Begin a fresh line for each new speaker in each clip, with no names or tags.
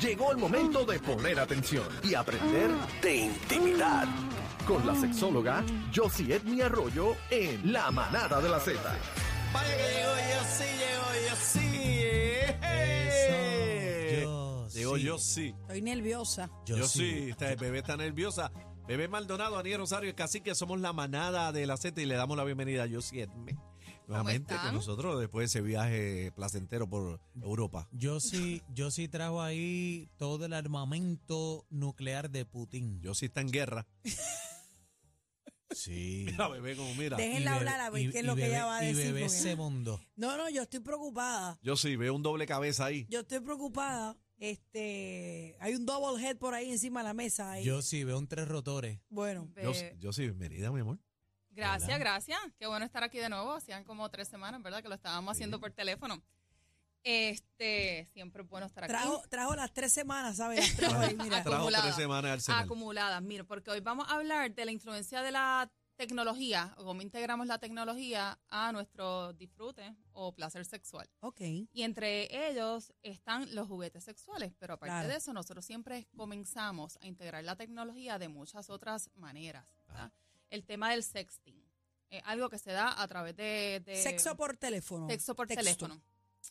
Llegó el momento de poner atención y aprender de intimidad. Con la sexóloga Josie Edmi Arroyo en La Manada de la Z.
Vaya que llegó yo sí, llegó yo eh. sí.
Eso, yo
Llegó
sí.
yo sí.
Estoy nerviosa.
Yo,
Yo
sí.
sí. Está, bebé está nerviosa. Bebé Maldonado, Aniel Rosario, el cacique, somos la manada de la Z y le damos la bienvenida a Yossi Edme. Nuevamente
están?
con nosotros después de ese viaje placentero por Europa.
Yo sí, yo sí trajo ahí todo el armamento nuclear de Putin.
Yo sí está en guerra.
sí.
Mira, bebé, como mira.
Dejen-
Y
Déjenla
bebé-
hablar a ver
y-
qué es
y
lo que
bebé-
ella va a decir,
Y bebé
porque-
se mondó.
No, no, yo estoy preocupada.
Yo sí, veo un doble cabeza ahí.
Yo estoy preocupada. Este, hay un double head por ahí encima de la mesa. ahí.
Yo sí veo un tres rotores.
Bueno,
Yo,
Ve-
yo sí, bienvenida, mi amor.
gracias,
Hola.
gracias. Qué bueno estar aquí de nuevo. Hacían como tres semanas, ¿verdad? Que lo estábamos haciendo por teléfono. Este, siempre es bueno estar aquí.
trajo, trajo las tres semanas, ¿sabbles? Las trajo ahí, mira.
Atrás.
Trajo
acumulada.
tres semanas al Senado.
acumuladas. Mira, porque hoy vamos a hablar de la influencia de la tecnología, o cómo integramos la tecnología a nuestro disfrute o placer sexual.
Ok.
Y entre ellos están los juguetes sexuales, pero aparte
Claro.
de eso, nosotros siempre comenzamos a integrar la tecnología de muchas otras maneras. ¿verdad? El tema del sexting, eh, algo que se da a través de... de-
Sexo por teléfono.
Texto por
Texto.
teléfono.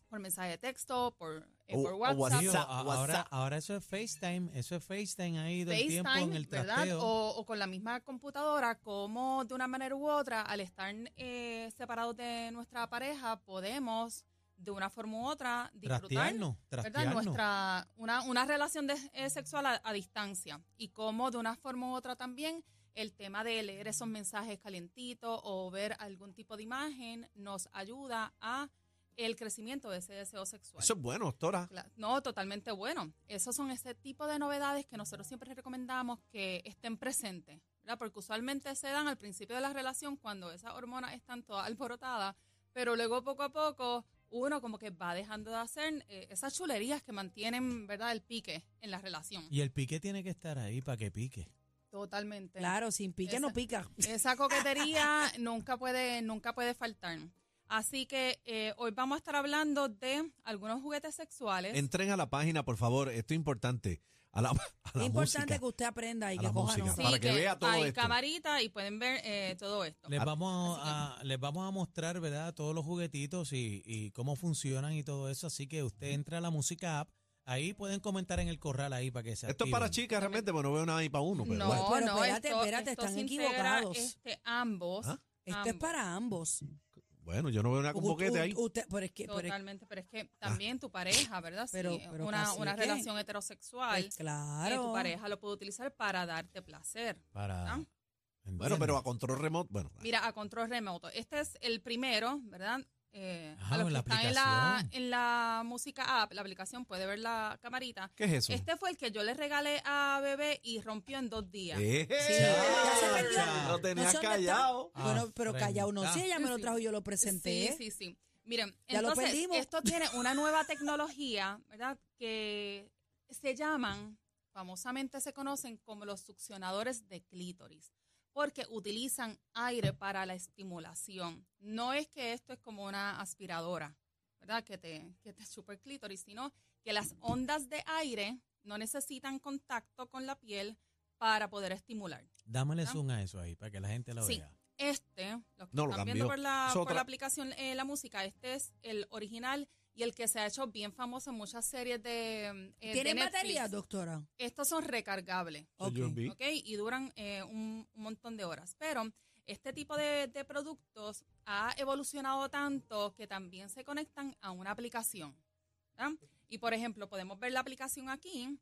Por mensaje de texto, por, eh,
O-
por
o
WhatsApp,
Digo,
WhatsApp.
a- ahora, ahora eso es FaceTime, eso es FaceTime ahí del tiempo en
FaceTime,
el
¿verdad?
trasteo.
O, o con la misma computadora, como de una manera u otra, al estar eh, separados de nuestra pareja, podemos de una forma u otra disfrutar
trastearnos,
¿verdad?
trastearnos.
Nuestra, una, una relación de- eh, sexual a, a distancia y cómo de una forma u otra también el tema de leer esos mensajes calientitos o ver algún tipo de imagen nos ayuda a el crecimiento de ese deseo sexual.
Eso es bueno, doctora.
Cla- No, totalmente bueno. Esos son ese tipo de novedades que nosotros siempre recomendamos que estén presentes, ¿verdad? Porque usualmente se dan al principio de la relación cuando esas hormonas están todas alborotadas, pero luego poco a poco uno como que va dejando de hacer eh, esas chulerías que mantienen, ¿verdad? El pique en la relación.
Y el pique tiene que estar ahí para que pique.
Totalmente.
Claro, sin pique no
Esa-
pica.
Esa coquetería nunca puede, nunca puede faltar. Así que eh, hoy vamos a estar hablando de algunos juguetes sexuales.
Entren a la página, por favor. Esto es importante. A la, a la
Es importante
música.
que usted aprenda y
A
que
la
coja
música.
nota.
para que vea todo
hay
esto.
camarita y pueden ver eh, todo esto.
Les
Ah.
vamos
Así
a, les vamos a mostrar, ¿verdad? Todos los juguetitos y, y cómo funcionan y todo eso. Así que usted entra a la música app. Ahí pueden comentar en el corral ahí para que se
Esto es para
activen.
chicas realmente, bueno, no veo nada ahí para uno. Pero
no,
bueno.
Pero
no,
espérate,
esto-
espérate,
esto
están
se integra,
equivocados.
Este, ambos.
¿Ah?
Esto es
ambos.
para ambos.
Bueno, yo no veo nada con
U-
boquete
u-
ahí.
usted- pero es que, pero es-
Totalmente, pero es que
Ah.
también tu pareja, ¿verdad?
Pero-
Sí,
pero
una,
casi
una
que-
relación heterosexual,
pues,
eh, tu
claro.
pareja lo puede utilizar para darte placer.
Para.
Ah.
Bueno, pero a control remoto, bueno.
Mira, a control remoto. Este es el primero, ¿verdad? Eh,
Ah,
a los que
la
están en la, en la música app, la aplicación, puede ver la camarita.
¿Qué es eso?
Este fue el que yo le regalé a bebé y rompió en dos días.
¡Eh!
ya se perdió.
Ah.
Lo
No
tenías
sé dónde
callado.
está.
Bueno, pero callado
ah.
no. Si ella me
Sí,
lo
sí.
trajo, yo lo presenté.
Sí, sí, sí. Miren,
Ya lo
entonces
perdimos.
esto tiene una nueva tecnología, ¿verdad? Que se llaman, famosamente se conocen como los succionadores de clítoris, porque utilizan aire para la estimulación. No es que esto es como una aspiradora, ¿verdad? Que te, que te chupa el clítoris, sino que las ondas de aire no necesitan contacto con la piel para poder estimular.
Dámele
Ah.
zoom a eso ahí para que la gente lo
Sí.
vea.
Este, los que
No, lo
están
cambió.
viendo por la,
Es
por
otra.
la aplicación eh, la música, este es el original y el que se ha hecho bien famoso en muchas series de. mm, eh, de
¿Tienen
Netflix.
batería, doctora?
Estos son recargables,
Eso yo
Ok.
vi.
¿ok? Y duran eh, un, un montón de horas. Pero este tipo de, de productos ha evolucionado tanto que también se conectan a una aplicación. ¿verdad? Y por ejemplo, podemos ver la aplicación aquí,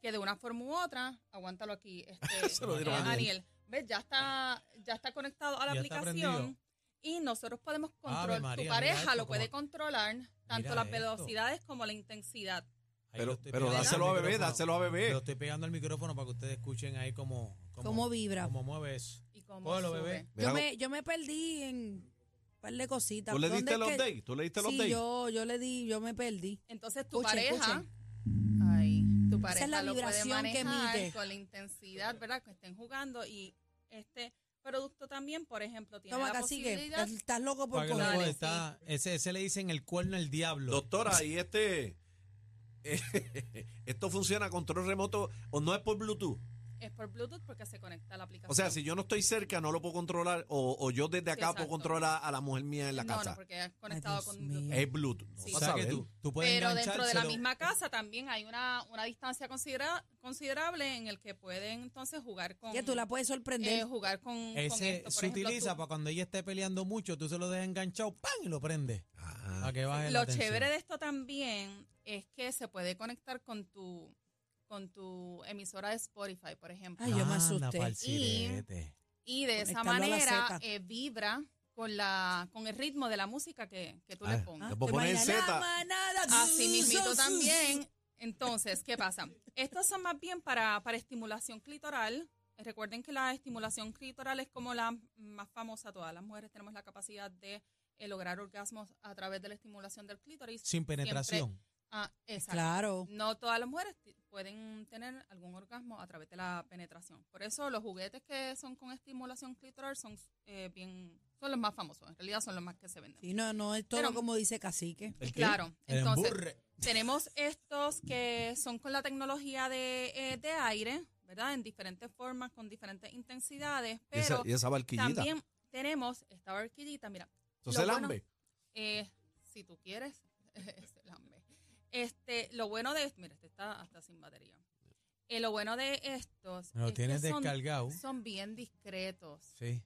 que de una forma u otra, aguántalo aquí, este,
Se lo dieron
eh,
a Daniel.
Daniel. ¿Ves? Ya está, ya está conectado a la
Ya está
aplicación.
prendido.
Y nosotros podemos
Ave
controlar,
María,
tu
mira
pareja
esto,
lo puede
cómo-
controlar, tanto
Mira
las
esto.
velocidades como la intensidad.
Ahí lo
Pero,
estoy
pero
pegando al
dáselo a bebé,
micrófono.
dáselo a
Lo
bebé.
estoy pegando al micrófono para que ustedes escuchen ahí cómo,
¿Cómo vibra?
cómo mueve eso.
Y como
Cógelo,
sube.
bebé.
Mira,
Yo me, yo me perdí en un par de cositas.
¿Tú le
¿Dónde
diste
es
el
que-
update? ¿Tú le diste el
Sí,
update?
yo, yo le di, yo me perdí.
Entonces tu
Escuchen,
pareja, ay, tu pareja
la
lo puede
vibración que
manejar
mide.
con la intensidad, ¿verdad? Que estén jugando y este producto también, por ejemplo, tiene
Toma,
la
cacique,
posibilidad.
estás estás loco por
Para que luego
coger.
dale,
está- ese, ese le dicen el cuerno al diablo.
Doctora, y este. esto funciona control remoto o no es por Bluetooth.
Es por Bluetooth porque se conecta a la aplicación.
O sea, si yo no estoy cerca, no lo puedo controlar. O, o yo desde
Sí,
acá puedo
exacto.
controlar a la mujer mía en la
no,
casa.
no, porque es conectado
Dios
con
mío.
Bluetooth.
Es Bluetooth. No
Sí.
o
vas a
sea que
ver.
tú, tú puedes
Pero dentro de la
enganchárselo.
misma casa también hay una, una distancia considera- considerable en el que pueden entonces jugar con
Que tú la puedes
eh,
sorprender.
jugar con, con
Ese
esto. Por
se
ejemplo,
utiliza
tú-
para cuando ella esté peleando mucho, tú se lo dejas enganchado, ¡pam! y lo prende.
Ah.
Para que baje la
Lo
tensión.
chévere de esto también es que se puede conectar con tu con tu emisora de Spotify, por ejemplo.
Ay, yo me
Anda,
asusté.
pa'l sirete.
y de esa
conectarlo a la
manera
zeta.
eh, vibra con la con el ritmo de la música que, que tú
Ah.
le
Ah,
pongas.
Después
te
pones
imaginas,
el
la
Z.
manada,
Así Ah, mismito
zzz, zzz,
también. Entonces, ¿qué pasa? Estos son más bien para, para estimulación clitoral. Recuerden que la estimulación clitoral es como la más famosa. Todas las mujeres tenemos la capacidad de eh, lograr orgasmos a través de la estimulación del clítoris.
Sin penetración.
Ah, exacto.
Claro.
No todas las mujeres ti- pueden tener algún orgasmo a través de la penetración. Por eso los juguetes que son con estimulación clitoral son eh, bien son los más famosos. En realidad son los más que se venden.
Y no, no es todo
Pero-
como dice cacique.
¿El qué?
Claro.
El
Entonces,
emburre.
tenemos estos que son con la tecnología de, eh, de aire, ¿verdad? En diferentes formas, con diferentes intensidades,
Y esa,
pero
y esa barquillita.
también tenemos esta barquillita, mira,
Eso
lo
se
bueno-
lambe.
eh, si tú quieres, se lambe. Este, lo bueno de esto, mira, este está hasta sin batería. Eh, lo bueno de estos
Lo
es que
tienes
son,
descargado.
son bien discretos.
Sí,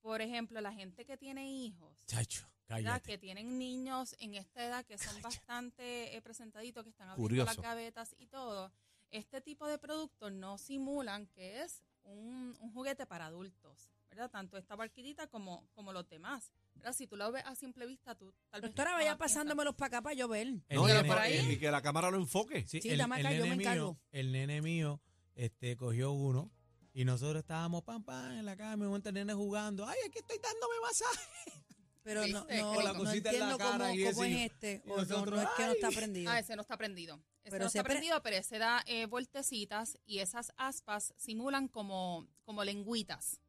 Por ejemplo, la gente que tiene hijos,
chacho,
¿verdad?
cállate.
que tienen niños en esta edad que son bastante eh, presentaditos, que están abriendo
Curioso.
las gavetas y todo, este tipo de productos no simulan que es un, un juguete para adultos, ¿verdad? Tanto esta barquillita como, como los demás. ¿verdad? Si tú lo ves a simple vista, tú tal vez...
Doctora,
no
vaya
la piensas.
pasándomelos para acá para yo ver.
El
No, y,
Mira,
nene-
por
la-
ahí.
y que la cámara lo enfoque.
Sí,
Sí,
el,
dame
el
acá, yo me
nene
encargo.
mío, el nene mío este, cogió uno y nosotros estábamos pam pam en la cama y un momento el nene jugando. Ay, aquí estoy dándome masaje.
Pero no,
Viste,
no,
con la
no
cosita en la
entiendo cómo,
cara y
cómo
ese-
es este.
y
O no,
nosotros,
no es que no está
ay.
prendido.
Ah, ese no está prendido. Ese
Pero
no está
se pre-
prendido, pero ese da eh, vueltecitas y esas aspas simulan como, como lengüitas.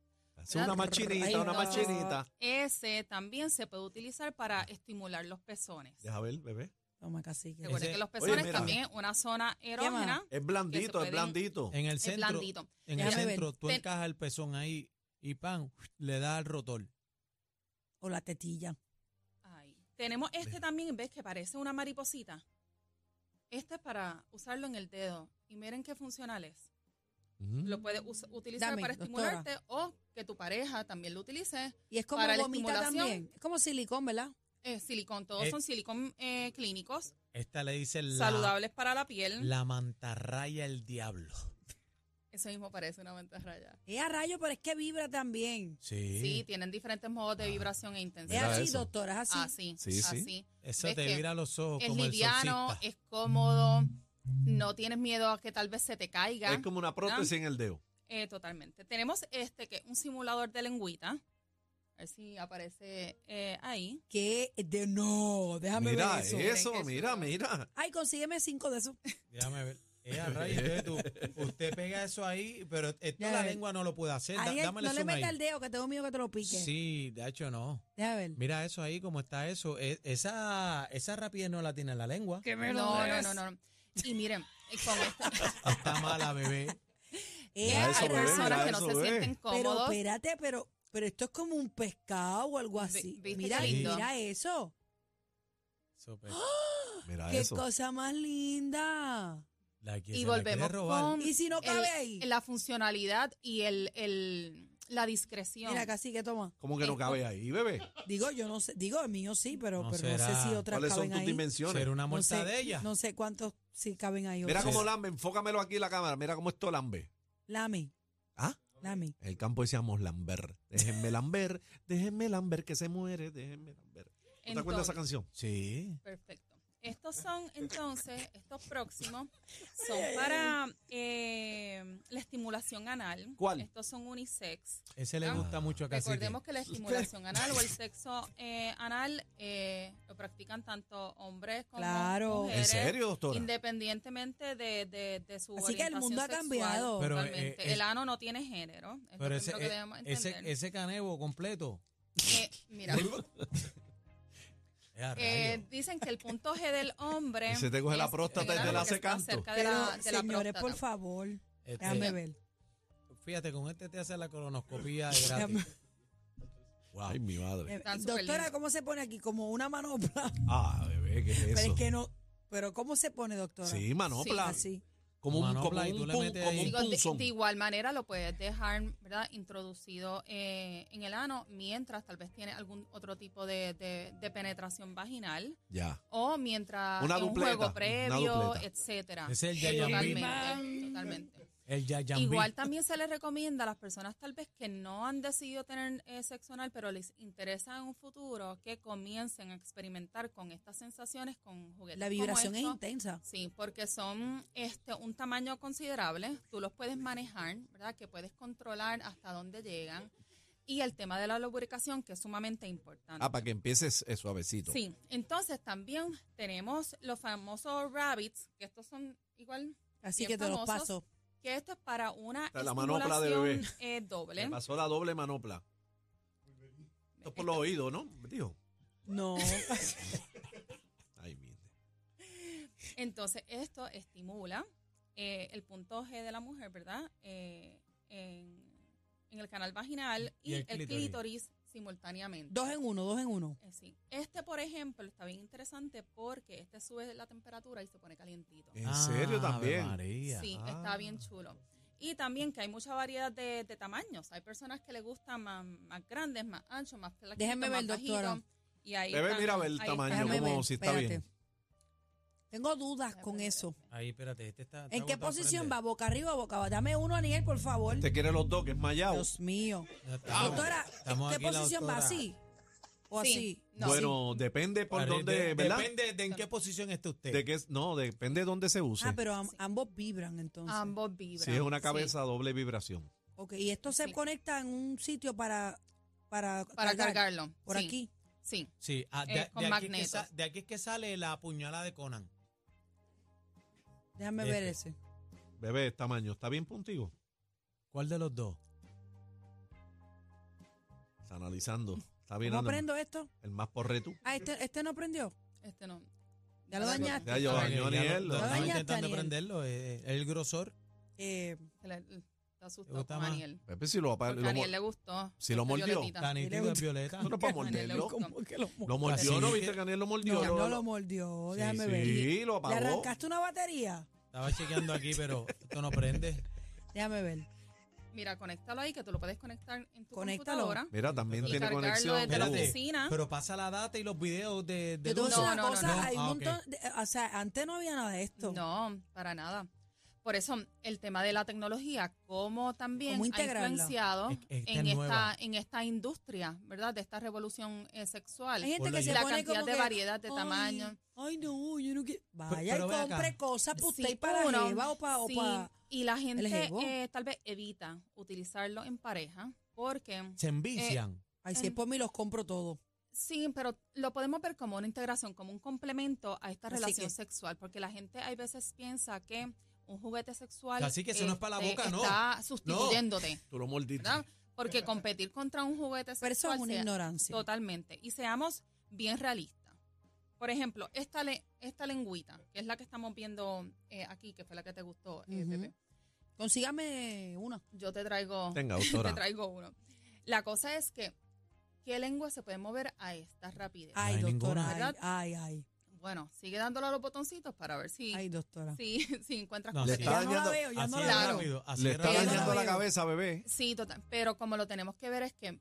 Es una
Ay,
machinita, una
no.
machinita.
Ese también se puede utilizar para estimular los pezones.
Deja ver, bebé.
Toma, cacique.
Recuerden
Ese-
que los
Oye,
pezones
mira.
también es una zona erógena,
Es blandito, es
pueden-
blandito.
En el
es
centro,
blandito.
en el
Déjame ver.
centro tú
Ten-
encajas el pezón ahí y pam, le das al rotor.
O la tetilla.
Ahí. Tenemos este también, ves que parece una mariposita. Este es para usarlo en el dedo. Y miren qué funcional es. Lo puedes us- utilizar
Dame,
para
doctora.
estimularte o que tu pareja también lo utilice.
Y es como
Para la
gomita
estimulación.
también. Es como silicón, ¿verdad?
Eh, silicón, todos
Eh.
son silicón eh, clínicos,
Esta le dice la,
saludables para la piel.
la mantarraya el diablo.
Eso mismo parece una mantarraya.
Es a rayo, pero es que vibra también.
Sí.
Sí, tienen diferentes modos de vibración e
Es
intensidad.
Mira
así,
eso.
doctora, es así.
Así,
Sí, sí.
así.
Eso
¿Ves
te
que
vira los ojos
Es
como
liviano,
el solcista.
es cómodo, no tienes miedo a que tal vez se te caiga.
Es como una prótesis en el dedo.
Eh, totalmente. Tenemos este que es un simulador de lengüita. A ver si aparece eh, ahí.
Que de no, déjame
Mira
ver eso.
eso,
miren que
mira,
eso-
mira.
Ay, consígueme cinco de esos.
Déjame ver. Eh, a rayos, entonces tú- usted pega eso ahí, pero esto
Ya
la
ve.
lengua no lo puede hacer. Da-
Ahí,
dámele
no le
zoom ahí.
meta el dedo, que tengo miedo que te lo pique.
Sí, de hecho no.
Déjame ver.
Mira eso ahí, cómo está eso. E- esa, esa rapidez no la tiene en la lengua.
no, no, no, no, no. Y miren, eh, con esta-
Está mala, bebé.
Eh,
Mira eso,
hay
bebé,
personas
mira
que no
eso,
se
bebé.
sienten
pero
cómodos.
espérate, pero, pero esto es como un pescado o algo así.
¿viste
Mira,
qué lindo?
mira eso.
Súper.
Mira
Qué
eso.
cosa más linda.
La que
Y
se la quiere
volvemos
robar.
con
Y si no
el-
cabe ahí.
la funcionalidad y el, el- la discreción.
Mira, casi que toma.
¿Cómo que no
Esto-
cabe ahí, bebé?
Digo, yo no sé, digo, el mío sí, pero,
No
pero no sé
será.
si otras
¿Cuáles son
caben
tus
ahí.
dimensiones?
Será una
No sé,
mortadella.
no sé cuántos sí caben ahí.
Mira
otros.
cómo lambe, enfócamelo aquí en la cámara, mira cómo esto lambe.
Lame,
¿Ah?
lame.
En el campo decíamos lamber. Déjenme lamber, déjenme lamber que se muere, déjenme lamber. ¿No te acuerdas de esa
Entonces,
canción?
Sí.
Perfecto. Estos son, entonces, estos próximos son para eh, la estimulación anal.
¿Cuál?
Estos son unisex.
Ese le gusta mucho a Cacique.
Ah, Recordemos que la estimulación anal o el sexo eh, anal eh, lo practican tanto hombres como
Claro.
¿En
mujeres.
serio, doctora?
Independientemente de, de, de su
Así que el
orientación
mundo ha
sexual,
cambiado.
Pero, eh,
totalmente.
eh,
el ano no tiene género. Es lo
Pero ese,
primero que debemos
eh, ese,
entender.
ese canebo completo.
Eh, mira,
es a
eh,
rayos.
dicen que el punto G del hombre.
Se te coge la
es
próstata y
general
te la
lo que
hace
está
canto.
cerca de
Pero,
la- de la
señores,
próstata.
por favor,
Este,
déjame ver.
fíjate, con este te hace la colonoscopía de
Déjame-
gratis. Wow.
Ay, mi madre.
Eh,
Están súper
Doctora,
lindos.
¿cómo se pone aquí? Como una manopla.
Ah, bebé, ¿qué es eso?
Pero es que no. Pero ¿cómo se pone, doctora?
Sí, manopla.
Así.
Como un, como
Manopla, y
un
tú le
pun-
metes
como
ahí.
un
Digo, de,
punzón.
de igual manera lo puedes dejar ¿verdad? introducido eh, en el ano mientras tal vez tiene algún otro tipo de, de- de penetración vaginal
Ya.
o mientras
Una
en un
dupleta,
juego
una
previo,
dupleta.
etcétera.
Ese es el
Que
yayambí.
Totalmente, totalmente.
El yayambí.
Igual también se les recomienda a las personas tal vez que no han decidido tener eh, sexo anal, pero les interesa en un futuro que comiencen a experimentar con estas sensaciones con juguetes.
La
como
vibración es
estos.
intensa.
Sí, porque son este un tamaño considerable, tú los puedes manejar, ¿verdad? Que puedes controlar hasta dónde llegan. Y el tema de la lubricación, que es sumamente importante.
Ah, para que empieces eh, suavecito.
Sí, entonces también tenemos los famosos rabbits, que estos son igual,
Así
Bien
que te los paso.
famosos. que esto es para una
Está la manopla de
estimulación,
bebé.
eh,
Le
doble.
pasó la doble manopla. Esto es por los oídos, ¿no? Dijo.
No.
Ay, mire.
Entonces, esto estimula eh, el punto G de la mujer, ¿verdad? Eh, en, en el canal vaginal y,
Y el
el,
clítoris.
clítoris. simultáneamente.
dos en uno, dos en uno.
Eh, sí. Este, por ejemplo, está bien interesante porque este sube la temperatura y se pone calientito.
En serio
Ah, Ave
también.
María.
Sí,
Ah.
está bien chulo. Y también que hay mucha variedad de, de tamaños. Hay personas que les gustan más, más grandes, más anchos, más flaquitos,
Déjenme
más
ver, doctora.
bajitos. Y ahí
Bebé,
están-
mira a ver el
ahí
tamaño,
están.
Déjame
como
ver,
si está
espérate.
bien.
Tengo dudas con
Déjame ver.
eso.
Ahí, espérate, este está. está
¿En qué
botado al
posición
frente.
va? ¿Boca arriba o boca abajo? Dame uno, Aniel, por favor.
Te quiere los dos, que es mayao.
Dios mío.
Ya estamos-
Doctora,
estamos
¿en
aquí
qué
la
posición va?
doctora.
¿Así? ¿O
Sí.
así?
No,
bueno, depende por
Pare-
dónde,
de-
¿verdad?
Depende de en qué posición esté usted.
De que es, no, depende de dónde se use.
Ah, pero am- ambos vibran entonces.
Ambos vibran.
si es una
sí.
cabeza, doble vibración.
Ok, y esto se
Sí.
conecta en un sitio para para,
Para
cargar,
cargarlo.
por
sí,
aquí.
Sí.
Sí, ah, de,
Eh, con
de aquí es que
magnetos.
sa- de aquí es que sale la puñalada de Conan.
Déjame
Este.
ver ese.
Bebé, tamaño, ¿está bien puntivo?
¿Cuál de los dos?
Está analizando. Está bien.
¿Cómo prendo esto?
El más porreto.
Ah, este, este no prendió.
Este no.
Ya lo
Dale,
dañaste.
Ya yo
Ah,
dañó
que ya
Aniel, lo
lo- lo-
dañó.
estaba intentando
Dañaste,
prenderlo, eh, el grosor.
Eh,
Le- le- Está asustado
gusta
con
más?
Aniel.
Pepe, si lo, apa- lo
Porque a
mo-
Aniel le gustó.
si lo
Este
mordió.
violetita.
Tan
Mira,
nítido es violeta.
no, no para
Aniel le
morderlo.
gustó.
que lo mo-
Lo mordió,
Así
¿no
es
viste
que-
que Aniel lo mordió?
no, no lo mordió.
Sí,
Déjame
sí,
ver.
sí, lo
¿Le
apagó.
arrancaste una batería?
Estaba chequeando aquí, pero esto no prende.
Déjame ver.
Mira, conéctalo ahí, que tú lo puedes conectar en tu
Conéctalo.
computadora.
Mira, también
Y
tiene
cargarlo
conexión.
desde la
Hugo.
Espérate,
oficina.
pero pasa la data y los videos de, de
¿Ah? Yo te voy a
No,
decir una
no, no,
cosa,
no.
hay un
Ah, ok.
montón, de- o sea, antes no había nada de esto.
No, para nada. Por eso, el tema de la tecnología, cómo también
¿Cómo
ha
integrarla?
influenciado
Es- esta
en,
es nueva.
esta, en esta industria, ¿verdad? De esta revolución eh, sexual.
Hay gente
Ponlo
que
ahí.
se
La
pone
cantidad
como
de
que,
variedad de
"Ay,
tamaño".
Ay, no, yo no quiero. Vaya
pero
y
ve acá.
compre cosas para usted
Sí,
y para
uno,
la jeva o para...
sí, y la gente
jevo.
eh, tal vez evita utilizarlo en pareja porque
Se envician.
Ay,
Em.
si es por mí, los compro todos.
Sí, pero lo podemos ver como una integración, como un complemento a esta
Así
relación
que-
sexual, porque la gente hay veces piensa que un juguete sexual
Así que eso no es para la
este,
boca, no.
está sustituyéndote,
Tú lo mordiste.
¿verdad? Porque competir contra un juguete
Pero eso
sexual
es una
sea-
ignorancia.
totalmente y seamos bien realistas. Por ejemplo, esta le- esta lengüita, que es la que estamos viendo eh, aquí, que fue la que te gustó, eh,
Ujú.
Pepe.
Consígame una.
Yo te traigo
Tenga,
te
doctora.
traigo uno. La cosa es que ¿qué lengua se puede mover a esta rapidez?
Ay,
hay
doctora.
ninguna.
ay,
¿Verdad?
Ay, ay,
Bueno, sigue dándole a los botoncitos para ver si,
ay, doctora.
si, si encuentras
No,
cosas.
sí.
que ya
Ya no la
dañando-
veo, ya
Así
no
es
la veo.
Claro.
rápido. Así
Le
es
está
Pero
rápido.
no
dañando
la
la
veo.
cabeza, bebé.
no- sí, total. Pero como lo tenemos que ver es que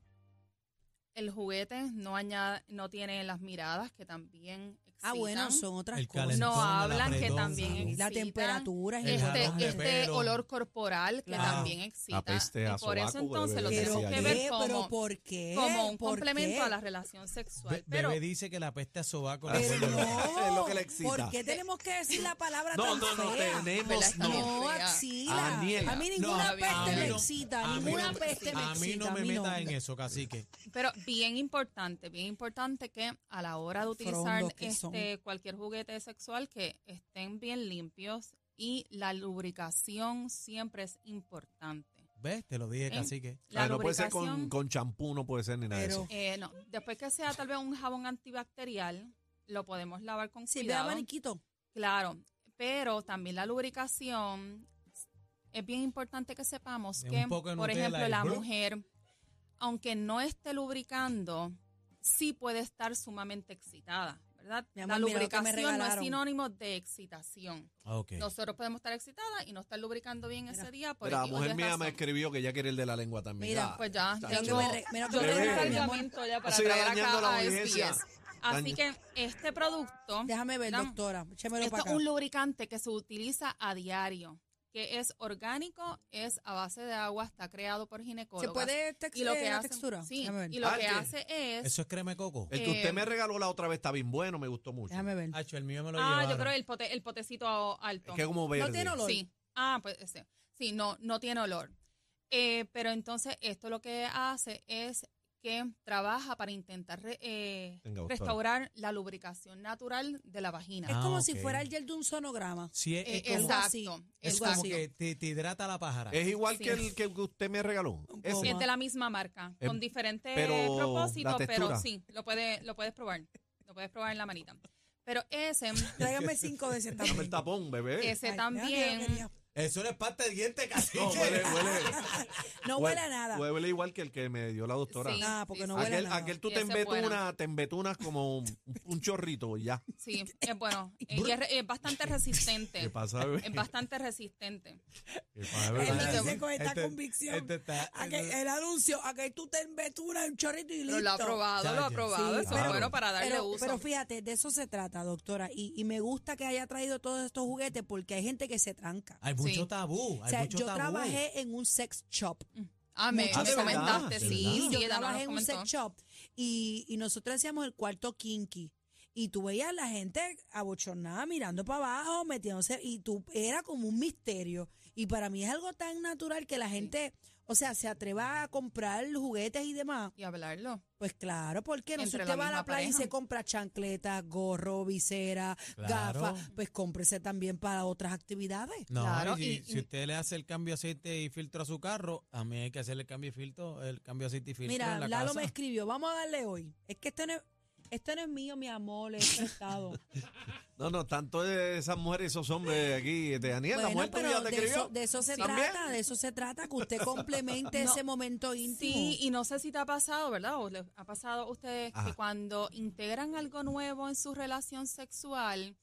el juguete no añade, no tiene las miradas, que también
Ah, bueno,
excitan.
son otras
El
cosas.
calentón,
No
el
hablan que
apretón,
también
la
La
excitan.
temperatura es
El
este,
jalón de
este
pelo.
olor corporal que
Claro.
también excita.
La peste a
y por eso
sobaco
entonces
debe
lo
de
pero,
decía
¿qué?
tenemos que
ayer.
ver
pero
como,
¿por qué?
como un
¿Por
complemento
qué?
a la relación sexual.
Be-
Pero
Bebé dice que la peste a sobaco. le
Pero
huele bien.
no,
Es lo que le excita.
¿Por qué tenemos que decir la palabra
No,
tan
no, no,
fea?
Vela,
tenemos,
está bien.
no.
No,
fea.
axila.
Aniela.
A mí
No,
ninguna
a mí
peste me
no.
A
excita,
mí
ninguna
no-
peste me
A mí
excita.
no me metas en
no.
eso, cacique.
Pero bien importante, bien importante que a la hora de utilizar
Frondos que son.
este, cualquier juguete sexual que estén bien limpios y la lubricación siempre es importante.
¿Ves? Te lo dije,
¿Eh?
cacique.
La
Ah, no puede ser
lubricación,
con, con champú, no puede ser ni nada de
Pero-
eso.
eh, no, después que sea tal vez un jabón antibacterial, lo podemos lavar con
Si ve
cuidado.
abaniquito.
Claro, pero también la lubricación es bien importante que sepamos
Un
que,
poco de
por
Nutella
ejemplo,
y
la
blup.
mujer, aunque no esté lubricando, sí puede estar sumamente excitada, ¿verdad?
Mi
la
amor, mira lo que me
lubricación no es
regalaron.
sinónimo de excitación.
Ah, Ok.
Nosotros podemos estar excitadas y no estar lubricando bien
Mira.
ese día. pues,
Pero
Por
la
X o
mujer
Y
mía
razón.
me escribió que ya quiere el de la lengua también.
Mira,
Ya.
Pues ya,
Chacho.
Mira lo que
tengo,
me re- mira lo que
yo
me
tengo
regalaron, mi amor.
cargamento ya para
Sigue
traer
dañando
acá
la
a
audiencia.
SBS. Así
Dañ-
que este producto...
Déjame ver,
Mira.
doctora. Échamelo
Esto
para
es
acá.
un lubricante que se utiliza a diario, que es orgánico, es a base de agua, está creado por
¿Se
ginecólogos.
puede tex-
y lo
eh,
que
la
hace,
textura?
sí,
Déjame ver. Ah,
y lo
Arte.
que hace es
¿Eso es creme coco?
El que
eh,
usted me regaló la otra vez está bien bueno, me gustó mucho.
Déjame ver.
Hacho, el mío me lo
Ah,
llevaron.
yo creo el pote, el potecito alto.
Es que es como verde.
tiene olor.
Sí. Ah, pues ese. Sí, no no tiene olor. Eh, pero entonces esto lo que hace es que trabaja para intentar re- eh,
Venga, doctora.
restaurar la lubricación natural de la vagina.
Es
Ah,
como
ok.
si fuera el gel de un sonograma.
Sí, es,
Eh,
es como,
exacto.
así.
es
es
como
así.
que te, te hidrata la pájara.
Es igual
Sí.
que el que usted me regaló. Ese.
Es de la misma marca,
Em,
con diferentes
pero
propósitos,
la
pero
textura.
sí, lo, puede, lo puedes probar. Lo puedes probar en la manita. Pero ese,
Eh.
Tráigame cinco de ese
Dame el
también.
tapón, bebé.
ese
Ay, déjame ver,
también.
ya.
Eso no es parte de diente, cacique.
No, huele, huele.
No huele a nada.
Huele igual que el que me dio la doctora.
Sí,
Nada, porque
sí,
no
sí.
huele a
aquel,
nada.
aquel tú
Y
te
ese es bueno.
embetunas, te embetunas como un, un chorrito y ya.
Sí, es bueno. Eh, y es, re- es bastante resistente.
¿Qué pasa, bebé?
Es bastante resistente.
¿Qué pasa,
Él
bebé?
lo dice con esta
Este-
convicción.
este está-
A Ah, que eh, el anuncio, a que tú te embeturas un chorrito y listo.
Pero lo ha probado, lo ha
Chacho.
probado.
Sí,
Eso es
claro.
bueno para darle
pero,
uso.
pero fíjate, de eso se trata, doctora. Y, y me gusta que haya traído todos estos juguetes porque hay gente que se tranca.
Hay mucho
Sí.
tabú. Hay
O sea,
mucho
yo
tabú.
trabajé en un sex shop.
ah, me,
mucho
me
de verdad,
comentaste,
de
sí,
Sí,
sí,
yo
Edana nos
trabajé en un
comentó.
sex shop y, y nosotros hacíamos el cuarto kinky. Y tú veías a la gente abochornada, mirando para abajo, metiéndose. Y tú, era como un misterio. Y para mí es algo tan natural que la gente, o sea, se atreva a comprar juguetes y demás.
Y hablarlo.
Pues claro, porque no? Si
Entre
usted
la
va a la
misma
playa y
pareja.
se compra chancletas, gorro, visera,
Claro.
gafas, pues cómprese también para otras actividades.
No,
Claro,
y, si-
y-
si usted le hace el cambio de aceite y filtro a su carro, también hay que hacerle el cambio de filtro, el cambio de aceite y filtro
Mira,
en la
Lalo
casa.
me escribió, vamos a darle hoy. Es que esto no es, esto no es mío, mi amor, es prestado.
No, no, tanto de esas mujeres y esos hombres aquí. De Daniel, la
Bueno,
mujer
pero
tuya te
de,
escribió.
Eso, de eso se
¿También?
trata, de eso se trata, que usted complemente
No.
ese momento íntimo.
Sí, y no sé si te ha pasado, ¿verdad? O les ha pasado a ustedes
Ajá.
que cuando integran algo nuevo en su relación sexual,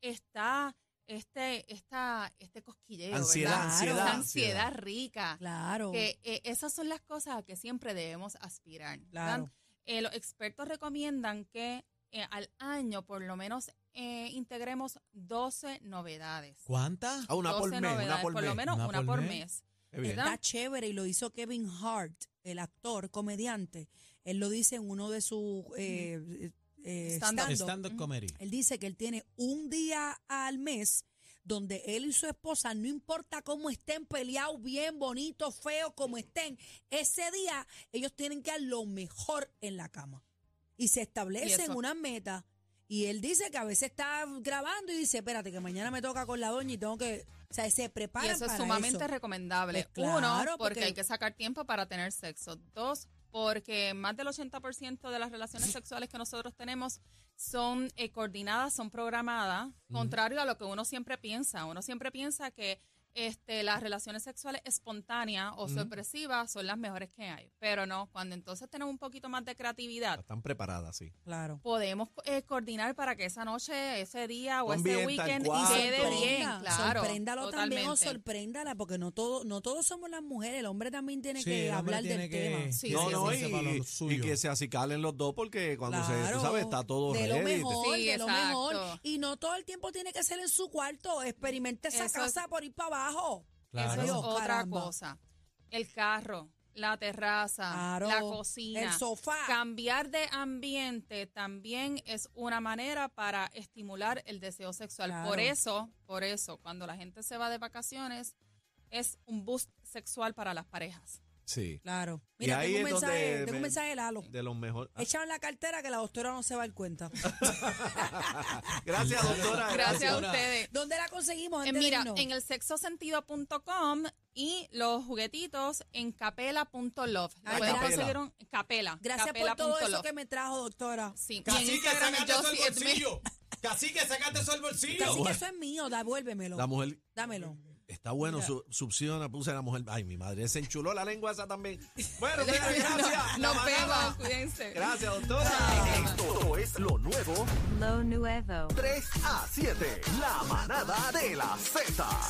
está este, esta, este cosquilleo,
Ansiedad,
¿verdad?
ansiedad,
Esa
ansiedad.
ansiedad, rica.
claro,
Que eh, esas son las cosas a que siempre debemos aspirar. ¿verdad?
claro.
Eh, los expertos recomiendan que eh, al año por lo menos eh, integremos 12 novedades.
¿Cuántas?
Ah, una
12
por mes, una
novedades,
por mes.
lo menos
Una
una,
por
por
mes.
mes.
Qué bien.
¿verdad?
Está chévere y lo hizo Kevin Hart, el actor, comediante. Él lo dice en uno de sus eh, eh,
Stand-up.
stand-up.
Stand-up
Ujú.
comedy.
Él dice que él tiene un día al mes donde él y su esposa, no importa cómo estén peleados, bien, bonitos, feos, como estén, ese día ellos tienen que dar lo mejor en la cama. Y se
Y
establecen
eso-
unas metas. Y él dice que a veces está grabando y dice, espérate, que mañana me toca con la doña y tengo que... O sea, se
Y
preparan
eso es
para
sumamente
eso.
recomendable.
Pues claro,
Uno, porque,
porque-
hay que sacar tiempo para tener sexo. Dos, porque más del 80% de las relaciones sexuales que nosotros tenemos son eh, coordinadas, son programadas, contrario a lo que uno siempre piensa. Uno siempre piensa que este, las relaciones sexuales espontáneas o
Ujú.
sorpresivas son las mejores que hay. Pero no, cuando entonces tenemos un poquito más de creatividad,
Están preparadas, sí.
Claro.
podemos eh, coordinar para que esa noche, ese día o ese
Ambienta el
weekend
cuarto.
quede bien,
Sorprenda,
claro.
sorpréndalo también o
totalmente.
sorpréndala, porque no todo, no todos somos las mujeres, el hombre también tiene
Sí,
que
el hombre
hablar del
tiene que-
tema.
Sí,
no,
sí,
no,
sí.
y,
Ese valor
y
suyo.
que se acicalen los dos porque cuando se, tú
Claro,
sabes, está todo
de lo
ready.
mejor,
Sí,
de lo
exacto.
mejor. Y no todo el tiempo tiene que ser en su cuarto. Experimente esa
Eso-
casa por ir para abajo.
Claro.
Eso es
Dios,
otra
caramba.
cosa. El carro, la terraza,
Claro,
la cocina.
el sofá.
Cambiar de ambiente también es una manera para estimular el deseo sexual.
Claro.
Por eso, por eso, cuando la gente se va de vacaciones, es un boost sexual para las parejas.
Sí,
Claro.
Y
Mira,
ahí
tengo un
es donde
mensaje, tengo
me-
un mensaje de Lalo.
de los mejores. Ah,
Echado en la cartera que la doctora no se va a dar cuenta.
Gracias, doctora.
Gracias a ustedes.
¿Dónde la conseguimos?
Eh,
antes de
mira,
irnos?
en el sexosentido.com y los juguetitos en capela.love.
Ah,
Pueden
Capela.
conseguir un- capela.
Gracias por todo eso que me trajo, doctora.
Sí, y en
Cacique,
Instagram es
sacate eso
Josie
del
Edme.
bolsillo. Cacique, sacate eso del bolsillo.
Así que eso es mío, devuélvemelo.
La mujer
Dámelo.
Está bueno,
Mira.
su, succiona, puse a la mujer. Ay, mi madre, se enchuló la lengua esa también. Bueno, señores, gracias.
No,
La
nos
manada.
vemos, cuídense.
Gracias, doctora.
Esto es lo nuevo
Lo nuevo.
3 a 7. La manada de la Z.